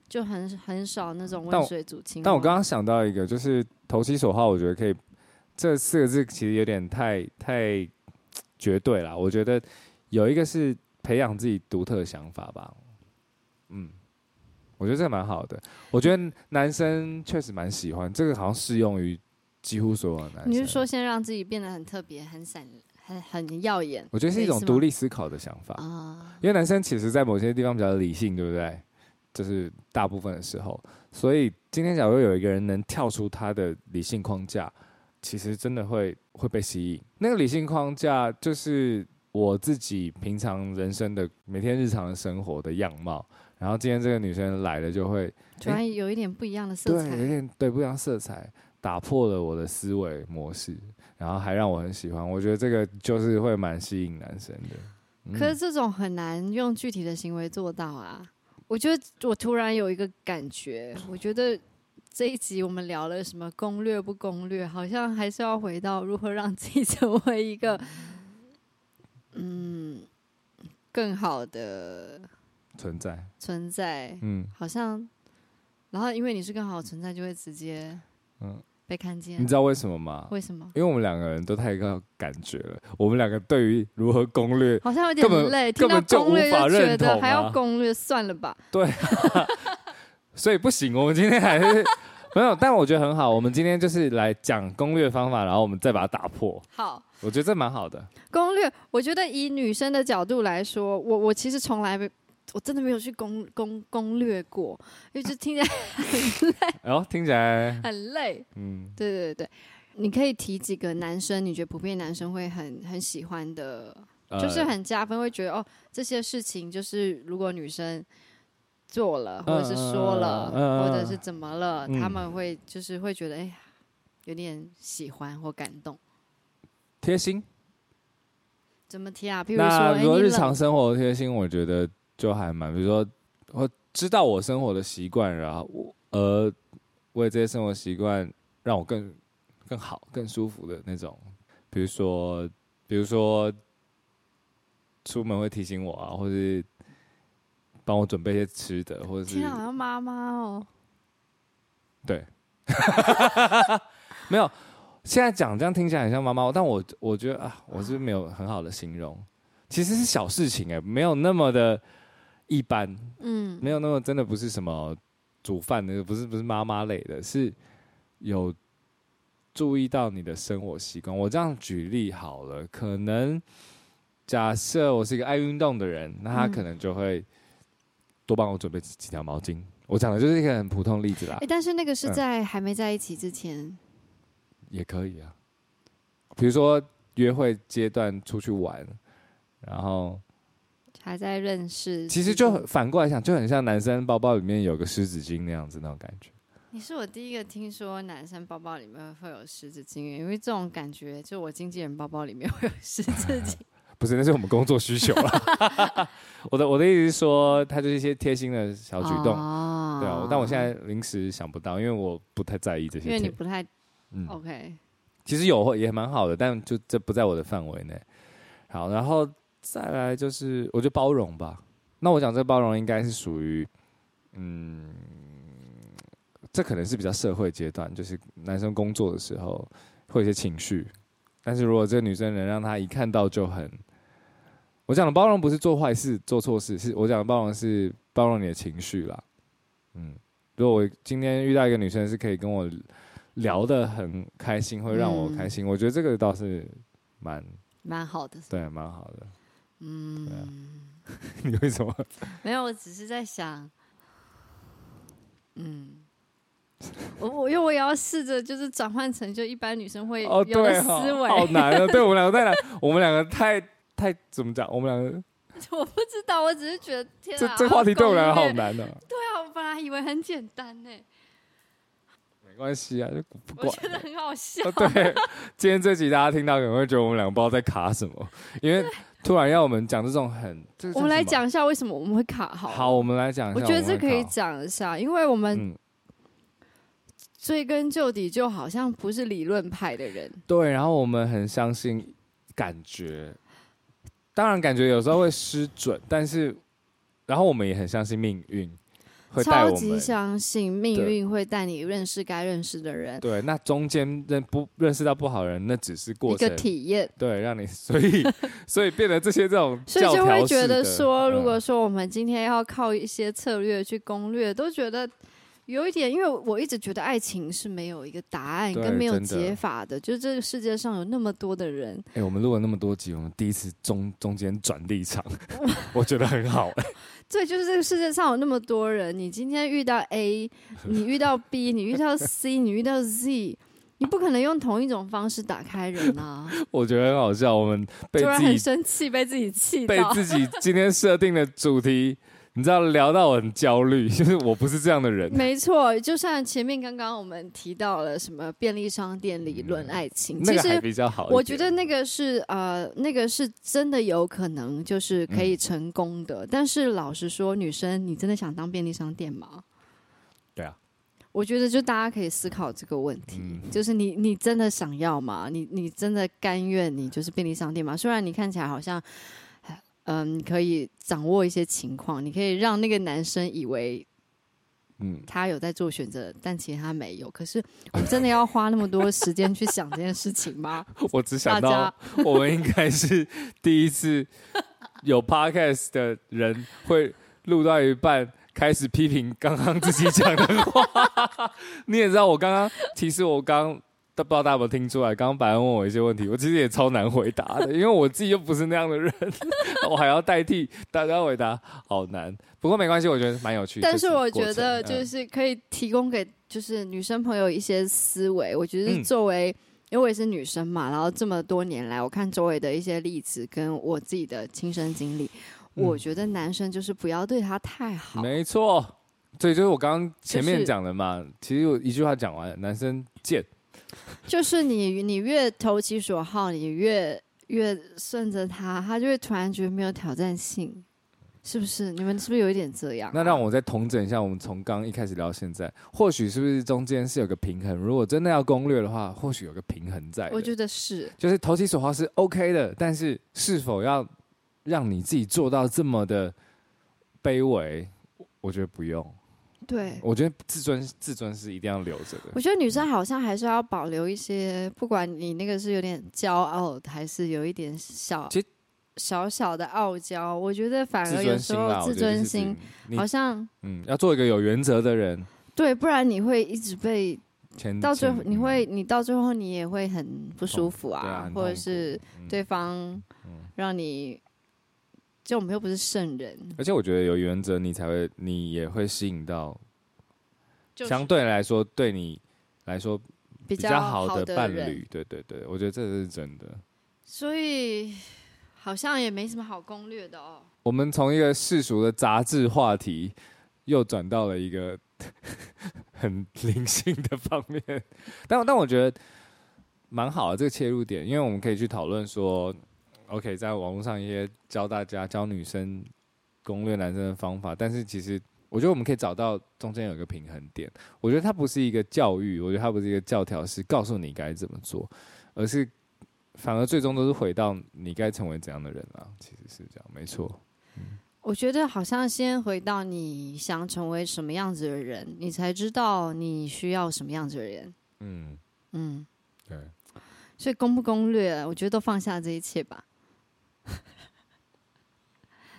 S2: 就很很少那种
S1: 但
S2: 温
S1: 我
S2: 水煮青蛙。
S1: 但我刚刚想到一个，就是投其所好，我觉得可以。这四个字其实有点太太绝对啦。我觉得有一个是培养自己独特的想法吧。嗯，我觉得这蛮好的。我觉得男生确实蛮喜欢这个，好像适用于几乎所有的男生。
S2: 你是说先让自己变得很特别、很闪、很很耀眼
S1: 我觉得是一种独立思考的想法。
S2: 啊？
S1: 因为男生其实，在某些地方比较理性，对不对？就是大部分的时候，所以今天假如有一个人能跳出他的理性框架，其实真的会会被吸引。那个理性框架就是我自己平常人生的每天日常的生活的样貌。然后今天这个女生来了，就会
S2: 突然有一点不一样的色
S1: 对有
S2: 彩，
S1: 点对不一样色彩，打破了我的思维模式，然后还让我很喜欢。我觉得这个就是会蛮吸引男生的。嗯
S2: 可是这种很难用具体的行为做到啊。我觉得我突然有一个感觉，我觉得这一集我们聊了什么攻略不攻略，好像还是要回到如何让自己 成为一个嗯更好的
S1: 存在，
S2: 存在。
S1: 嗯。
S2: 好像，然后因为你是更好的存在，就会直接
S1: 嗯
S2: 被看见。
S1: 你知道为什么吗？
S2: 为什么？
S1: 因为我们两个人都太有感觉了，我们两个对于如何攻略，
S2: 好像有点
S1: 根本
S2: 累，听
S1: 根
S2: 到
S1: 本就
S2: 攻略
S1: 无法
S2: 就觉
S1: 认
S2: 得
S1: 同
S2: 还要
S1: 啊
S2: 攻略，算了吧。
S1: 所以不行。我们今天还是没有，但我觉得很好。我们今天就是来讲攻略方法，然后我们再把它打破。
S2: 好，
S1: 我觉得这蛮好的。
S2: 攻略，我觉得以女生的角度来说，我我其实从来没，我真的没有去攻攻攻略过，因为就听起来
S1: 哎呦，听起来，
S2: 很累。
S1: 嗯，
S2: 对对对，你可以提几个男生，你觉得普遍男生会很很喜欢的，
S1: 呃
S2: 就是很加分，会觉得哦，这些事情就是如果女生做了，或者是说了，
S1: 嗯嗯嗯嗯
S2: 或者是怎么了，
S1: 嗯
S2: 他们会就是会觉得哎呀，有点喜欢或感动。
S1: 贴心，
S2: 怎么贴啊？譬如说，
S1: 那
S2: 哎，
S1: 如果
S2: 你
S1: 日
S2: 冷
S1: 常生活贴心，我觉得就还蛮，比如说我知道我生活的习惯，然后我呃为这些生活习惯让我更更好、更舒服的那种，比如说比如说出门会提醒我啊，或是帮我准备一些吃的，或者是
S2: 天啊，好像妈妈哦，
S1: 没有。现在讲这样听起来很像妈妈，但我我觉得啊，我是没有很好的形容，其实是小事情哎、没有那么的一般。
S2: 嗯，
S1: 没有那么真的不是什么煮饭的，不是不是妈妈类的，是有注意到你的生活习惯。我这样举例好了，可能假设我是一个爱运动的人，那他
S2: 嗯
S1: 可能就会多帮我准备几几条毛巾。我讲的就是一个很普通例子啦
S2: 哎、，但是那个是
S1: 嗯
S2: 在还没在一起之前，
S1: 也可以啊。比如说约会阶段出去玩，然后
S2: 还在认识，
S1: 其实就很反过来想，就很像男生包包里面有个湿纸巾那样子那种感觉。
S2: 你是我第一个听说男生包包里面会有湿纸巾，因为这种感觉，就我经纪人包包里面 会有湿纸巾。
S1: 不是，那是我们工作需求啦。 我的我的意思是说，它就是一些贴心的小举动，
S2: 哦
S1: 对啊。我但我现在临时想不到，因为我不太在意这
S2: 因为
S1: 些
S2: 你哦
S1: 贴。
S2: 不太
S1: 嗯，
S2: OK，
S1: 其实有也蛮好的，但就这不在我的范围内。好，然后再来就是，我觉得包容吧。那我讲这个包容应该是属于，嗯，这可能是比较社会阶段，就是男生工作的时候会有一些情绪，但是如果这个女生能让他一看到就很，我讲的包容不是做坏事、做错事，是我讲的包容是包容你的情绪啦。嗯，如果我今天遇到一个女生是可以跟我聊得很开心，会让我开心，我觉得这个倒是蛮
S2: 蛮好的。
S1: 对，蛮好的。对啊
S2: 嗯，
S1: 你为 什么？
S2: 没有，我只是在想，嗯，我我因为我也要试着就是转换成就一般女生会
S1: 哦，
S2: 有
S1: 对
S2: 的
S1: 哈，
S2: 思维。
S1: 好难啊！对我们两个太难，我们两个太太怎么讲？我们两个
S2: 我不知道，我只是觉得天
S1: 这
S2: 啊，
S1: 这话题对我们两个好
S2: 攻略。
S1: 难哦。
S2: 对啊，我本来以为很简单呢、
S1: 没关系啊，就不不
S2: 我
S1: 管。
S2: 觉得很好笑。
S1: 啊对， 今天这集大家听到可能会觉得我们两个不知道在卡什么，因为突然要我们讲这种很，这个叫
S2: 我们来
S1: 什么，
S2: 讲一下为什么我们会卡好了
S1: 好，我们来讲一下
S2: 我
S1: 们
S2: 觉
S1: 会卡。
S2: 得这可以讲一下，因为我们
S1: 嗯，
S2: 追根究底，就好像不是理论派的人。
S1: 对，然后我们很相信感觉，当然感觉有时候会失准，但是，然后我们也很相信命运会带
S2: 超
S1: 我
S2: 级
S1: 们。
S2: 相信命
S1: 对
S2: 运会带你认识该认识的人，
S1: 对，那中间认不认识到不好的人，那只是
S2: 一
S1: 过
S2: 个
S1: 程。
S2: 体验。
S1: 对，让你 所以所以变得这些这种
S2: 所以
S1: 教
S2: 就
S1: 条
S2: 会
S1: 式
S2: 觉得
S1: 的
S2: 说，如果
S1: 嗯
S2: 说我们今天要靠一些策略去攻略，都觉得有一点，因为我一直觉得爱情是没有一个答案
S1: 对
S2: 跟没有
S1: 真的
S2: 解法的，就是这个世界上有那么多的人，
S1: 哎、我们录了那么多集，我们第一次中中间转立场， 我觉得很好、
S2: 对，就是这个世界上有那么多人，你今天遇到 A，你 遇到 B，你遇到 C，你遇到 Z，你不可能用同一种方式打开人啊！
S1: 我觉得很好笑。我们 被
S2: 突然很
S1: 自己
S2: 生气，被自己气
S1: 被
S2: 到。
S1: 自己今天设定的主题，你知道聊到我很焦虑， 就是我不是这样的人。
S2: 没错，就像前面刚刚我们提到了什么便利商店理论爱情，
S1: 嗯那
S2: 其
S1: 个还
S2: 实
S1: 比较好一点，
S2: 我觉得那个是呃，那个是真的有可能就是可
S1: 嗯
S2: 以成功的。但是老实说，女生你真的想当便利商店吗？
S1: 对啊，
S2: 我觉得就大家可以思考这个问题，
S1: 嗯
S2: 就是你你真的想要吗？你你真的甘愿你就是便利商店吗？虽然你看起来好像，嗯、你可以掌握一些情况，你可以让那个男生以为
S1: 嗯，
S2: 他有在做选择，但其实他没有。可是我们真的要花那么多时间去想这件事情吗？
S1: 我只
S2: 大
S1: 想到
S2: 家
S1: 我们应该是第一次有 podcast 的人会录到一半开始批评刚刚自己讲的话。 你也知道，我刚刚其实我刚不知道大家有没有听出来，刚刚白安问我一些问题，我其实也超难回答的，因为我自己又不是那样的 人，我还要代替大家回答，好难。不过没关系，我觉得蛮有趣的。
S2: 但
S1: 这
S2: 是
S1: 次
S2: 我
S1: 过
S2: 觉
S1: 程
S2: 得
S1: 嗯
S2: 就是可以提供给就是女生朋友一些思维。我觉得
S1: 嗯
S2: 作为、因为我也是女生嘛，然后这么多年来，我看周围的一些例子跟我自己的亲身经历，
S1: 嗯
S2: 我觉得男生就是不要对他太好。
S1: 没错，对，就是我刚刚前
S2: 就
S1: 面
S2: 是
S1: 讲的嘛。其实我一句话讲完了，男生贱。
S2: 就是你你越投其所好，你越越顺着他，他就会突然觉得没有挑战性，是不是？你们是不是有一点这样啊、
S1: 那让我再统整一下，我们从刚一开始聊到现在，或许是不是中间是有个平衡？如果真的要攻略的话，或许有个平衡在的。
S2: 我觉得是，
S1: 就是投其所好是 OK 的，但是是否要让你自己做到这么的卑微？我我觉得不用，
S2: 对。
S1: 我觉得自尊自尊是一定要留着的。
S2: 我觉得女生好像还是要保留一些，不管你那个是有点骄傲，还是有一点小
S1: 其实
S2: 小小的傲娇，我觉得反
S1: 自
S2: 而有
S1: 尊
S2: 时
S1: 心啦，
S2: 候
S1: 我
S2: 自
S1: 觉得
S2: 尊
S1: 是
S2: 心
S1: 你
S2: 好像
S1: 嗯，要做一个有原则的人。
S2: 对，不然你会一直被
S1: 前
S2: 到最后，
S1: 前
S2: 你会你到最后你也会很不舒服
S1: 嗯对啊
S2: 啊，
S1: 很
S2: 或者
S1: 痛苦
S2: 是
S1: 嗯
S2: 对方让你，就我们又不是圣人，
S1: 而且我觉得有原则，你才会，你也会吸引到
S2: 就是
S1: 相对来说对你来说比
S2: 比
S1: 较
S2: 好
S1: 好
S2: 的
S1: 伴
S2: 人
S1: 侣。对对对，我觉得这是真的。
S2: 所以好像也没什么好攻略的哦。
S1: 我们从一个世俗的杂志话题，又转到了一个 很灵性的方面，但但我觉得蛮好的这个切入点，因为我们可以去讨论说，OK，在网络上一些教大家教女生攻略男生的方法，但是其实我觉得我们可以找到中间有一个平衡点。我觉得它不是一个教育，我觉得它不是一个教条，是告诉你该怎么做，而是反而最终都是回到你该成为怎样的人啊，其实是这样，没错。
S2: 我觉得好像先回到你想成为什么样子的人，你才知道你需要什么样子的人。
S1: 嗯，
S2: 嗯，
S1: 对，
S2: 所以攻不攻略，啊我觉得都放下这一切吧。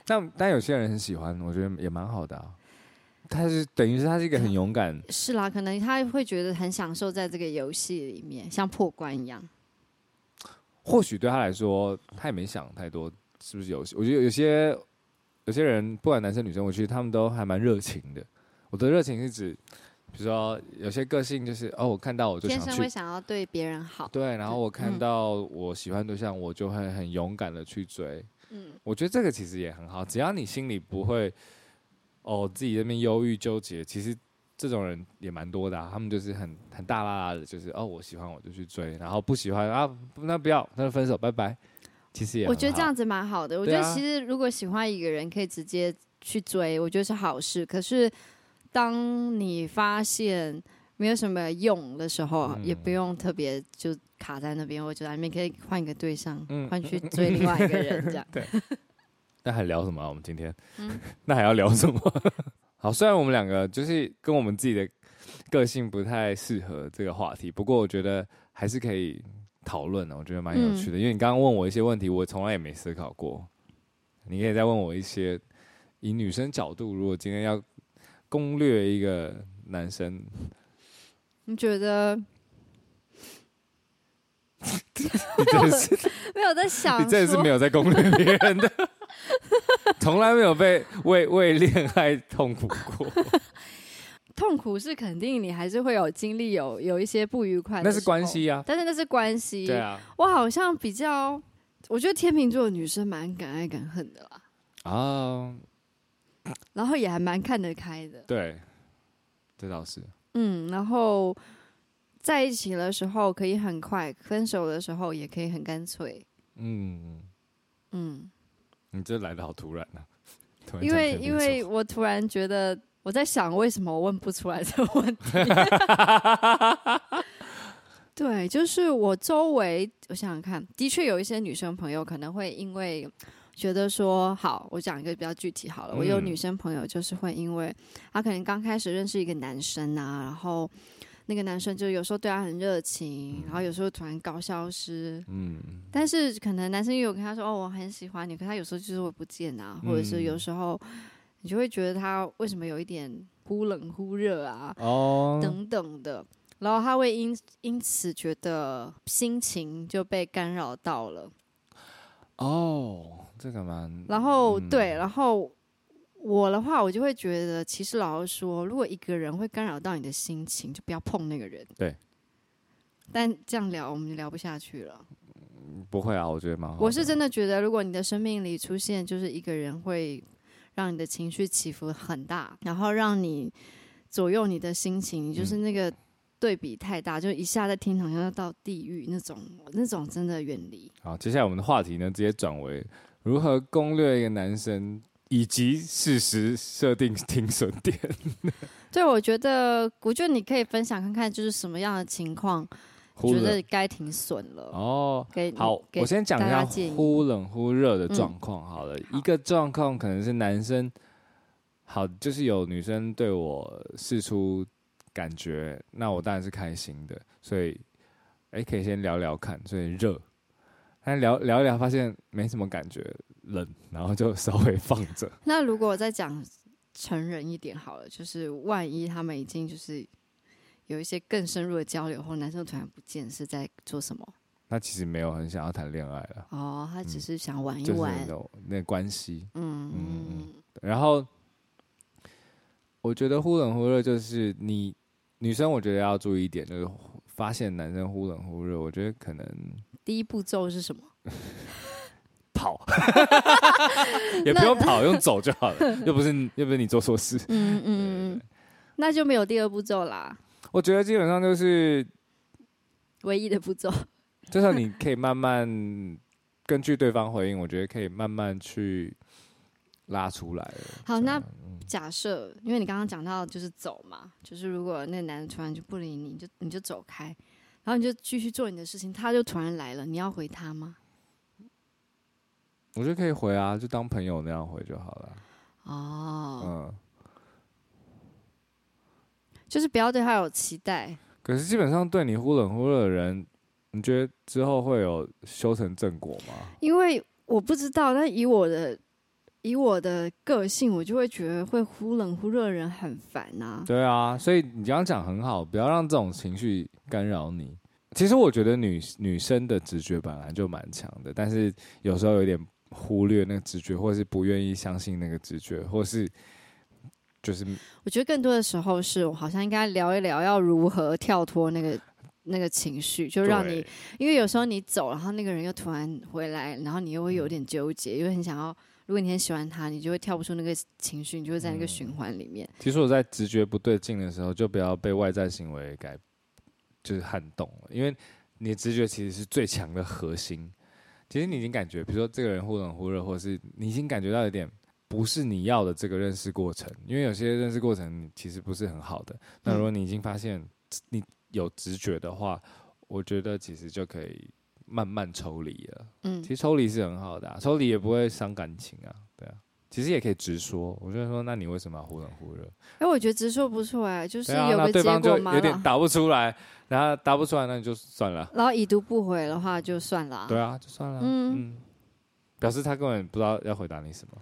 S1: 但但有些人很喜欢，我觉得也蛮好的啊。他是等于是他是一
S2: 啊
S1: 个很勇敢，
S2: 是啦，可能他会觉得很享受在这个游戏里面，像破关一样。
S1: 或许对他来说，他也没想太多，是不是有？我觉得有些有些人，不管男生女生，我觉得他们都还蛮热情的。我的热情是指，比如说有些个性就是哦，我看到我就
S2: 天
S1: 想
S2: 生
S1: 去
S2: 会想要对别人好。
S1: 对，然后我看
S2: 嗯
S1: 到我喜欢对象，我就会很勇敢的去追。
S2: 嗯，
S1: 我觉得这个其实也很好，只要你心里不会哦自己在那边忧郁纠结，其实这种人也蛮多的、啊，他们就是很很大啦啦的，就是哦我喜欢我就去追，然后不喜欢啊不那不要，那就分手拜拜。其实也
S2: 我
S1: 很
S2: 觉得这
S1: 好
S2: 样子蛮好的。我觉
S1: 对
S2: 得
S1: 啊
S2: 其实如果喜欢一个人，可以直接去追，我觉得是好事。可是当你发现没有什么用的时候，
S1: 嗯
S2: 也不用特别就卡在那边。我觉得你可以换一个对象
S1: 嗯，
S2: 换、去追另外一个人，这样
S1: 那还聊什么、啊？我们今天，
S2: 嗯
S1: 那还要聊什么？好，虽然我们两个就是跟我们自己的个性不太适合这个话题，不过我觉得还是可以讨论啊的，我觉得蛮有
S2: 嗯
S1: 趣的。因为你刚刚问我一些问题，我从来也没思考过。你可以再问我一些，以女生角度，如果今天要攻略一个男生，
S2: 你觉得
S1: 你真 的是
S2: 没有在想
S1: 你
S2: 说？
S1: 真的是没有在攻略别人 的，从来没有被为为恋爱痛苦过。
S2: 痛苦是肯定，你还是会有经历有有一些不愉快的
S1: 那
S2: 时候
S1: 是关，系呀、
S2: 但是那是关系。
S1: 对啊，
S2: 我好像比较，我觉得天秤座的女生蛮敢爱敢恨的啦。
S1: 啊，
S2: 然后也还蛮看得开的。
S1: 对，这倒是，
S2: 嗯，然后在一起的时候可以很快，分手的时候也可以很干脆。
S1: 嗯，
S2: 嗯，
S1: 你这来的好突然啊，突然
S2: 因
S1: 讲
S2: 为
S1: 天秤
S2: 因为
S1: 座
S2: 我突然觉得我在想，为什么我问不出来这个问题？ 对，就是我周围，我想想看，的确有一些女生朋友可能会因为觉得说，好，我讲一个比较具体好了，我有
S1: 嗯
S2: 女生朋友就是会因为她可能刚开始认识一个男生啊，然后那个男生就有时候对她很热情，然后有时候突然高消失，
S1: 嗯，
S2: 但是可能男生也有跟他说哦，我很喜欢你，可他有时候就是会不见啊，或者是
S1: 嗯
S2: 有时候你就会觉得他为什么有一点忽冷忽热啊，
S1: 哦，
S2: 等等的，然后他会因因此觉得心情就被干扰到了，
S1: 哦，这个蛮，
S2: 然后、
S1: 嗯
S2: 对，然后。我的话，我就会觉得，其实老实说，如果一个人会干扰到你的心情，就不要碰那个人。
S1: 对。
S2: 但这样聊，我们就聊不下去了。
S1: 不会啊，我觉得蛮好的，
S2: 我是真的觉得，如果你的生命里出现就是一个人，会让你的
S1: 嗯
S2: 情绪起伏很大，然后让你左右你的心情，你就是那个对比太大，就一下在天堂，一下到地狱那种，那种真的远离。
S1: 好，接下来我们的话题呢，直接转为如何攻略一个男生，以及适时设定停损点。
S2: 对，我觉得，我觉得你可以分享看看，就是什么样的情况，
S1: 忽
S2: 觉
S1: 冷
S2: 得该停损了。
S1: 哦，
S2: 给你
S1: 好，
S2: 嗯给
S1: 我先讲一
S2: 大家
S1: 下
S2: 建议嗯
S1: 忽冷忽热的状况好了。一个状况可能是男生，好，就是有女生对我示出感觉，那我当然是开心的，所以，哎、可以先聊聊看，所以热。但聊聊一聊，发现没什么感觉，冷，然后就稍微放着。
S2: 那如果我再讲成人一点好了，就是万一他们已经就是有一些更深入的交流后，男生突然不见是在做什么？
S1: 那其实没有很想要谈恋爱了，
S2: 哦，他只是想玩
S1: 嗯
S2: 一
S1: 就是
S2: 玩
S1: 那。种那关系。
S2: 嗯
S1: 嗯
S2: 嗯
S1: 然后我觉得忽冷忽热就是你女生，我觉得要注意一点，就是发现男生忽冷忽热，我觉得可能
S2: 第一步骤是什么？
S1: 跑， 也不用跑，用走就好了，又不是又不是你做错事。
S2: 嗯嗯嗯， 那就没有第二步骤啦。
S1: 我觉得基本上就是，
S2: 唯一的 步骤，
S1: 至少你可以慢慢根据对方回应，我觉得可以慢慢去拉出来了。
S2: 好，那
S1: 嗯
S2: 假设，因为你刚刚讲到就是走嘛，就是如果那男的突然就不理你，你就你就走开，然后你就继续做你的事情，他就突然来了，你要回他吗？
S1: 我觉得可以回啊，就当朋友那样回就好了。
S2: 哦，
S1: 嗯。
S2: 就是不要对他有期待。
S1: 可是基本上对你忽冷忽热的人，你觉得之后会有修成正果吗？
S2: 因为我不知道，但以我的以我的个性，我就会觉得会忽冷忽热的人很烦呐、
S1: 对啊，所以你刚刚讲很好，不要让这种情绪干扰你。其实我觉得女女生的直觉本来就蛮强的，但是有时候有点忽略那个直觉，或是不愿意相信那个直觉，或是就是
S2: 我觉得更多的时候是我好像应该聊一聊要如何跳脱那个那个情绪，就让你
S1: 对
S2: 因为有时候你走，然后那个人又突然回来，然后你又会有点纠
S1: 嗯
S2: 结，因为很想要。如果你很喜欢他，你就会跳不出那个情绪，你就会在那
S1: 嗯
S2: 个循环里面。
S1: 其实我在直觉不对劲的时候，就不要被外在行为改，就是撼动了，因为你的直觉其实是最强的核心。其实你已经感觉，比如说这个人忽冷忽热，或者是你已经感觉到有点不是你要的这个认识过程，因为有些认识过程其实不是很好的。那如果你已经发现你有直觉的话，我觉得其实就可以慢慢抽离了。
S2: 嗯
S1: 其，实抽离是很好的、啊，抽离也不会伤感情啊，对啊。其实也可以直说，我就说，那你为什么要忽冷忽热？
S2: 哎，我觉得直说不错哎，就是
S1: 对啊，
S2: 有
S1: 那
S2: 个
S1: 对
S2: 结
S1: 方
S2: 果
S1: 就
S2: 嘛
S1: 有点答不出来，然后答不出来，那你就算了。
S2: 然后已读不回的话就算了、
S1: 对啊，就算了。
S2: 嗯
S1: 嗯表示他根本不知道要回答你什么。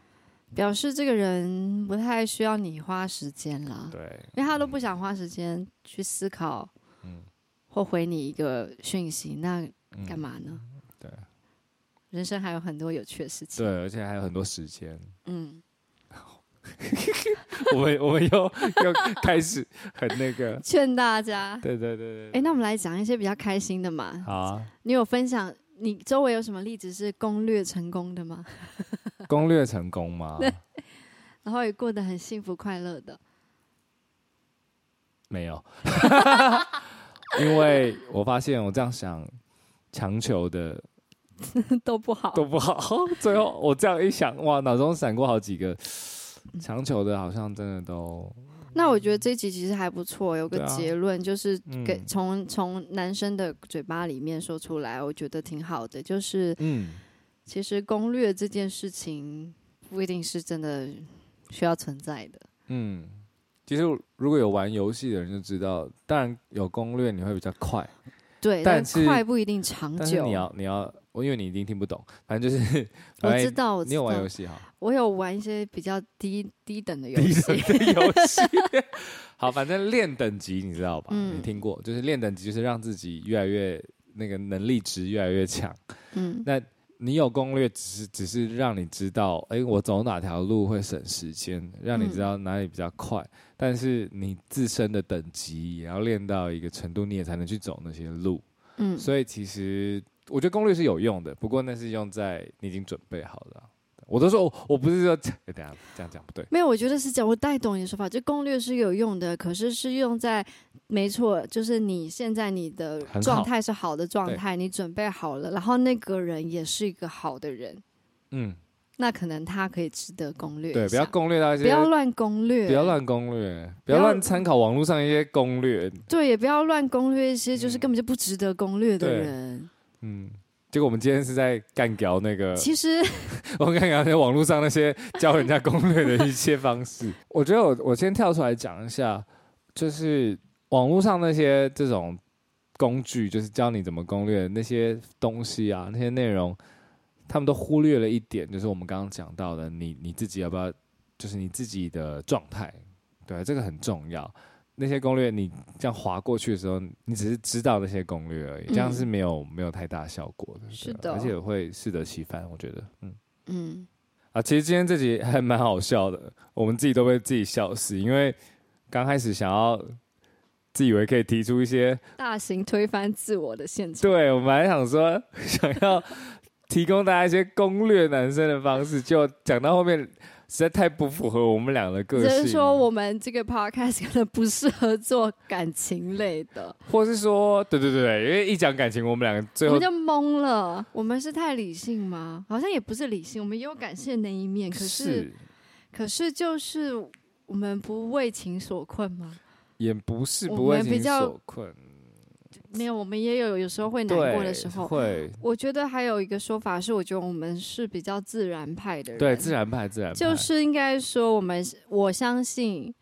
S2: 表示这个人不太需要你花时间啦，
S1: 对，
S2: 因为他都不想花时间去思考，
S1: 嗯
S2: 或回你一个讯息，那
S1: 嗯
S2: 干？嘛呢？
S1: 对，
S2: 人生还有很多有趣的事情。
S1: 对，而且还有很多时间。
S2: 嗯，。
S1: 我们我们又又开始很那个
S2: 劝大家。
S1: 对对对对。
S2: 哎，那我们来讲一些比较开心的嘛。
S1: 好啊，
S2: 你有分享你周围有什么例子是攻略成功的吗？
S1: 攻略成功 吗？
S2: 然后也过得很幸福快乐的。
S1: 没有， 因为我发现我这样想，强求的
S2: 都不好，
S1: 都不
S2: 哦
S1: 好。 最后我这样一想，哇，脑中闪过好几个
S2: 嗯
S1: 强求的，好像真的都
S2: 那我觉得这一集其实还不错，有个
S1: 对啊
S2: 结论、就是
S1: 嗯
S2: 给从从男生的嘴巴里面说出来，我觉得挺好的。就是
S1: 嗯。
S2: 其实攻略这件事情不一定是真的需要存在的。
S1: 嗯，其实如果有玩游戏的人就知道，当然有攻略你会比较快，
S2: 对，
S1: 但是
S2: 快不一定长
S1: 但是
S2: 久。
S1: 你要你要，我因为你一定听不懂，反正就是
S2: 我
S1: 反
S2: 知
S1: 正
S2: 道，我
S1: 你
S2: 知
S1: 有玩
S2: 道
S1: 游，戏哈，
S2: 我有玩一些比较低低等的游
S1: 低等
S2: 戏。
S1: 的游戏。 好，反正练等级你知道吧？
S2: 嗯
S1: 你听过，就是练等级就是让自己越来越那个能力值越来越强。
S2: 嗯，
S1: 那你有攻略，只是只是让你知道，哎、我走哪条路会省时间，让
S2: 嗯
S1: 你知道哪里比较快。但是你自身的等级也要练到一个程度，你也才能去走那些路。
S2: 嗯，
S1: 所以其实我觉得攻略是有用的，不过那是用在你已经准备好了。我都说我我不是说，哎等一下这样讲不对。
S2: 没有，我觉得是这样，我带懂你的说法，就攻略是有用的，可是是用在没错，就是你现在你的
S1: 很好
S2: 状态是好的状态，你准备好了，然后那个人也是一个好的人，
S1: 嗯，
S2: 那可能他可以值得攻略一下。
S1: 对，不要攻略到一些，
S2: 不要乱攻略，
S1: 不要乱攻略，不
S2: 不
S1: 要
S2: 要
S1: 乱参考网络上一些攻略。
S2: 对，也不要乱攻略一些就是根本就不值得攻略的
S1: 嗯对
S2: 人。
S1: 嗯，结果我们今天是在干掉那个，
S2: 其实
S1: 啊我们干掉那些网络上那些教人家攻略的一些方式。 我觉得我我先跳出来讲一下，就是网络上那些这种工具，就是教你怎么攻略的那些东西啊，那些内容，他们都忽略了一点，就是我们刚刚讲到的，你你自己要不要，就是你自己的状态，对，啊这个很重要。那些攻略你这样划过去的时候，你只是知道那些攻略而已，这样是没有没有太大效果的，
S2: 嗯是
S1: 对
S2: 的
S1: 而且会适得其反，我觉得，嗯。
S2: 嗯，
S1: 啊，其实今天这集还蛮好笑的，我们自己都被自己笑死，因为刚开始想要自以为可以提出一些，
S2: 大型推翻自我的现场，
S1: 对我们还想说想要提供大家一些攻略男生的方式，就讲到后面实在太不符合我们俩的个
S2: 只
S1: 性，啊
S2: 是说我们这个 podcast 可能不适合做感情类 的，
S1: 或是说，对对对对，因为一讲感情，我们两个最
S2: 我
S1: 后
S2: 们就懵了。我们是太理性吗？好像也不是理性，我们也有感性的那一面，可是可是就是我们不为情所困吗？
S1: 也不是
S2: 我
S1: 不为
S2: 们比
S1: 情
S2: 较
S1: 所困，
S2: 没有，我们也有有时候会难
S1: 对，
S2: 过的时候。
S1: 会，
S2: 我觉得还有一个说法是，我觉得我们是比较自然派的人，
S1: 对自然派自然派，
S2: 嗯就是应该说，我们我相信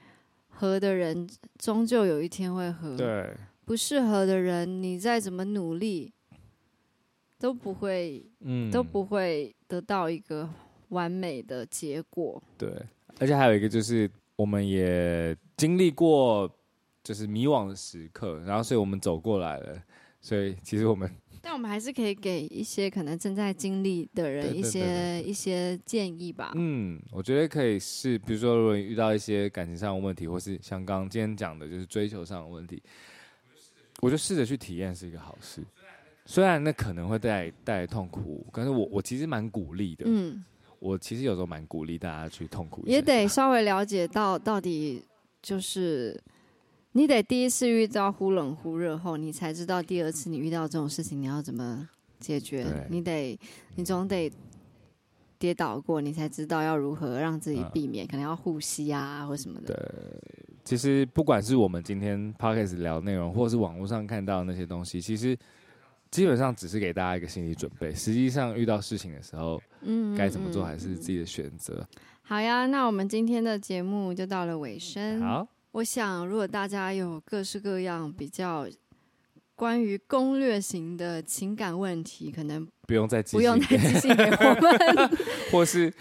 S2: 合的人终究有一天会合，
S1: 对。
S2: 不适合的人，你再怎么努力，都不会
S1: 嗯
S2: 都不会得到一个完美的结果。
S1: 对，而且还有一个就是，我们也经历过就是迷惘的时刻，然后所以我们走过来了，所以其实我们
S2: 但我们还是可以给一些可能正在经历的人
S1: 对对
S2: 一
S1: 对
S2: 些一些建议吧。
S1: 嗯，我觉得可以是，比如说如果你遇到一些感情上的问题，或是像刚刚今天讲的，就是追求上的问题，我就试着去体验是一个好事。虽然那可能会带带来痛苦，可是我我其实蛮鼓励的，
S2: 嗯，
S1: 我其实有时候蛮鼓励大家去痛苦一下
S2: 也得稍微了解到到底就是。你得第一次遇到忽冷忽热后，你才知道第二次你遇到这种事情你要怎么解决
S1: 对。
S2: 你得，你总得跌倒过，你才知道要如何让自己
S1: 嗯
S2: 避免，可能要呼吸啊或什么的。
S1: 其实不管是我们今天 podcast 聊的内容，或是网络上看到的那些东西，其实基本上只是给大家一个心理准备。实际上遇到事情的时候，
S2: 嗯，
S1: 该怎么做
S2: 嗯
S1: 还是自己的选择。
S2: 好呀，那我们今天的节目就到了尾声。
S1: 好，
S2: 我想，如果大家有各式各样比较关于攻略型的情感问题，可能
S1: 不用再继
S2: 不用
S1: 续，
S2: 再寄信给我们，
S1: 或是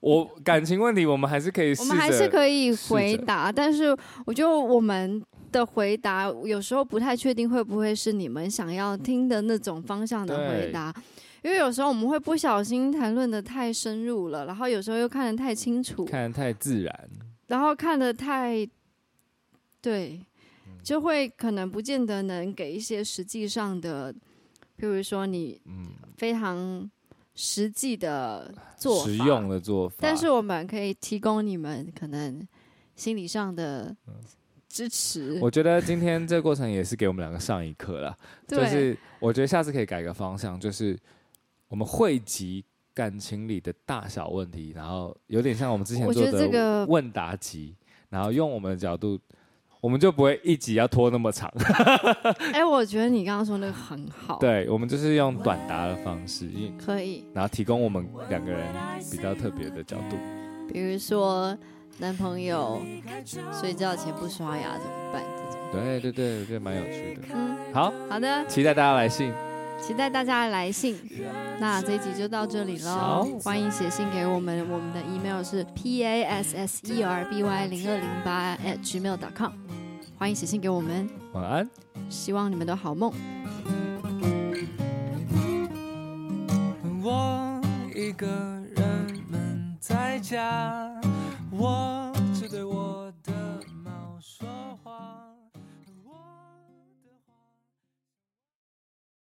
S1: 我感情问题，我们还是可以试
S2: 我
S1: 着，
S2: 们还是
S1: 以
S2: 可以
S1: 试着
S2: 回答。但是，我觉得我们的回答有时候不太确定会不会是你们想要听的那种方向的回答。因为有时候我们会不小心谈论的太深入了，然后有时候又看得太清楚，
S1: 看得太自然。
S2: 然后看的太，对，
S1: 嗯
S2: 就会可能不见得能给一些实际上的，比如说你
S1: 嗯，
S2: 非常实际的做法
S1: 实用的做法，
S2: 但是我们可以提供你们可能心理上的支持。
S1: 嗯我觉得今天这个过程也是给我们两个上一课了。
S2: 对，
S1: 就是我觉得下次可以改个方向，就是我们汇集感情里的大小问题，然后有点像我们之前
S2: 我
S1: 做
S2: 觉得这
S1: 的
S2: 个
S1: 问答集，然后用我们的角度，我们就不会一集要拖那么 长。
S2: 哎，我觉得你刚刚说那个很好，，
S1: 对，我们就是用短答的方式，因
S2: 可以，
S1: 然后提供我们两个人比较特别的角度。
S2: 比如说男朋友睡觉前不刷牙怎么办？这种，
S1: 对对对，我觉得蛮有趣的。
S2: 嗯，
S1: 好，
S2: 好的。
S1: 期待大家来信。
S2: 期待大家的来信。那这一集就到这里
S1: 好
S2: 喽，欢迎写信给我们，我们的 email 是 p a s s e r b y 零二零八 at gmail.com，欢迎写信给我们，
S1: 晚安。
S2: 希望你们都好梦。
S4: 我一个人闷在家，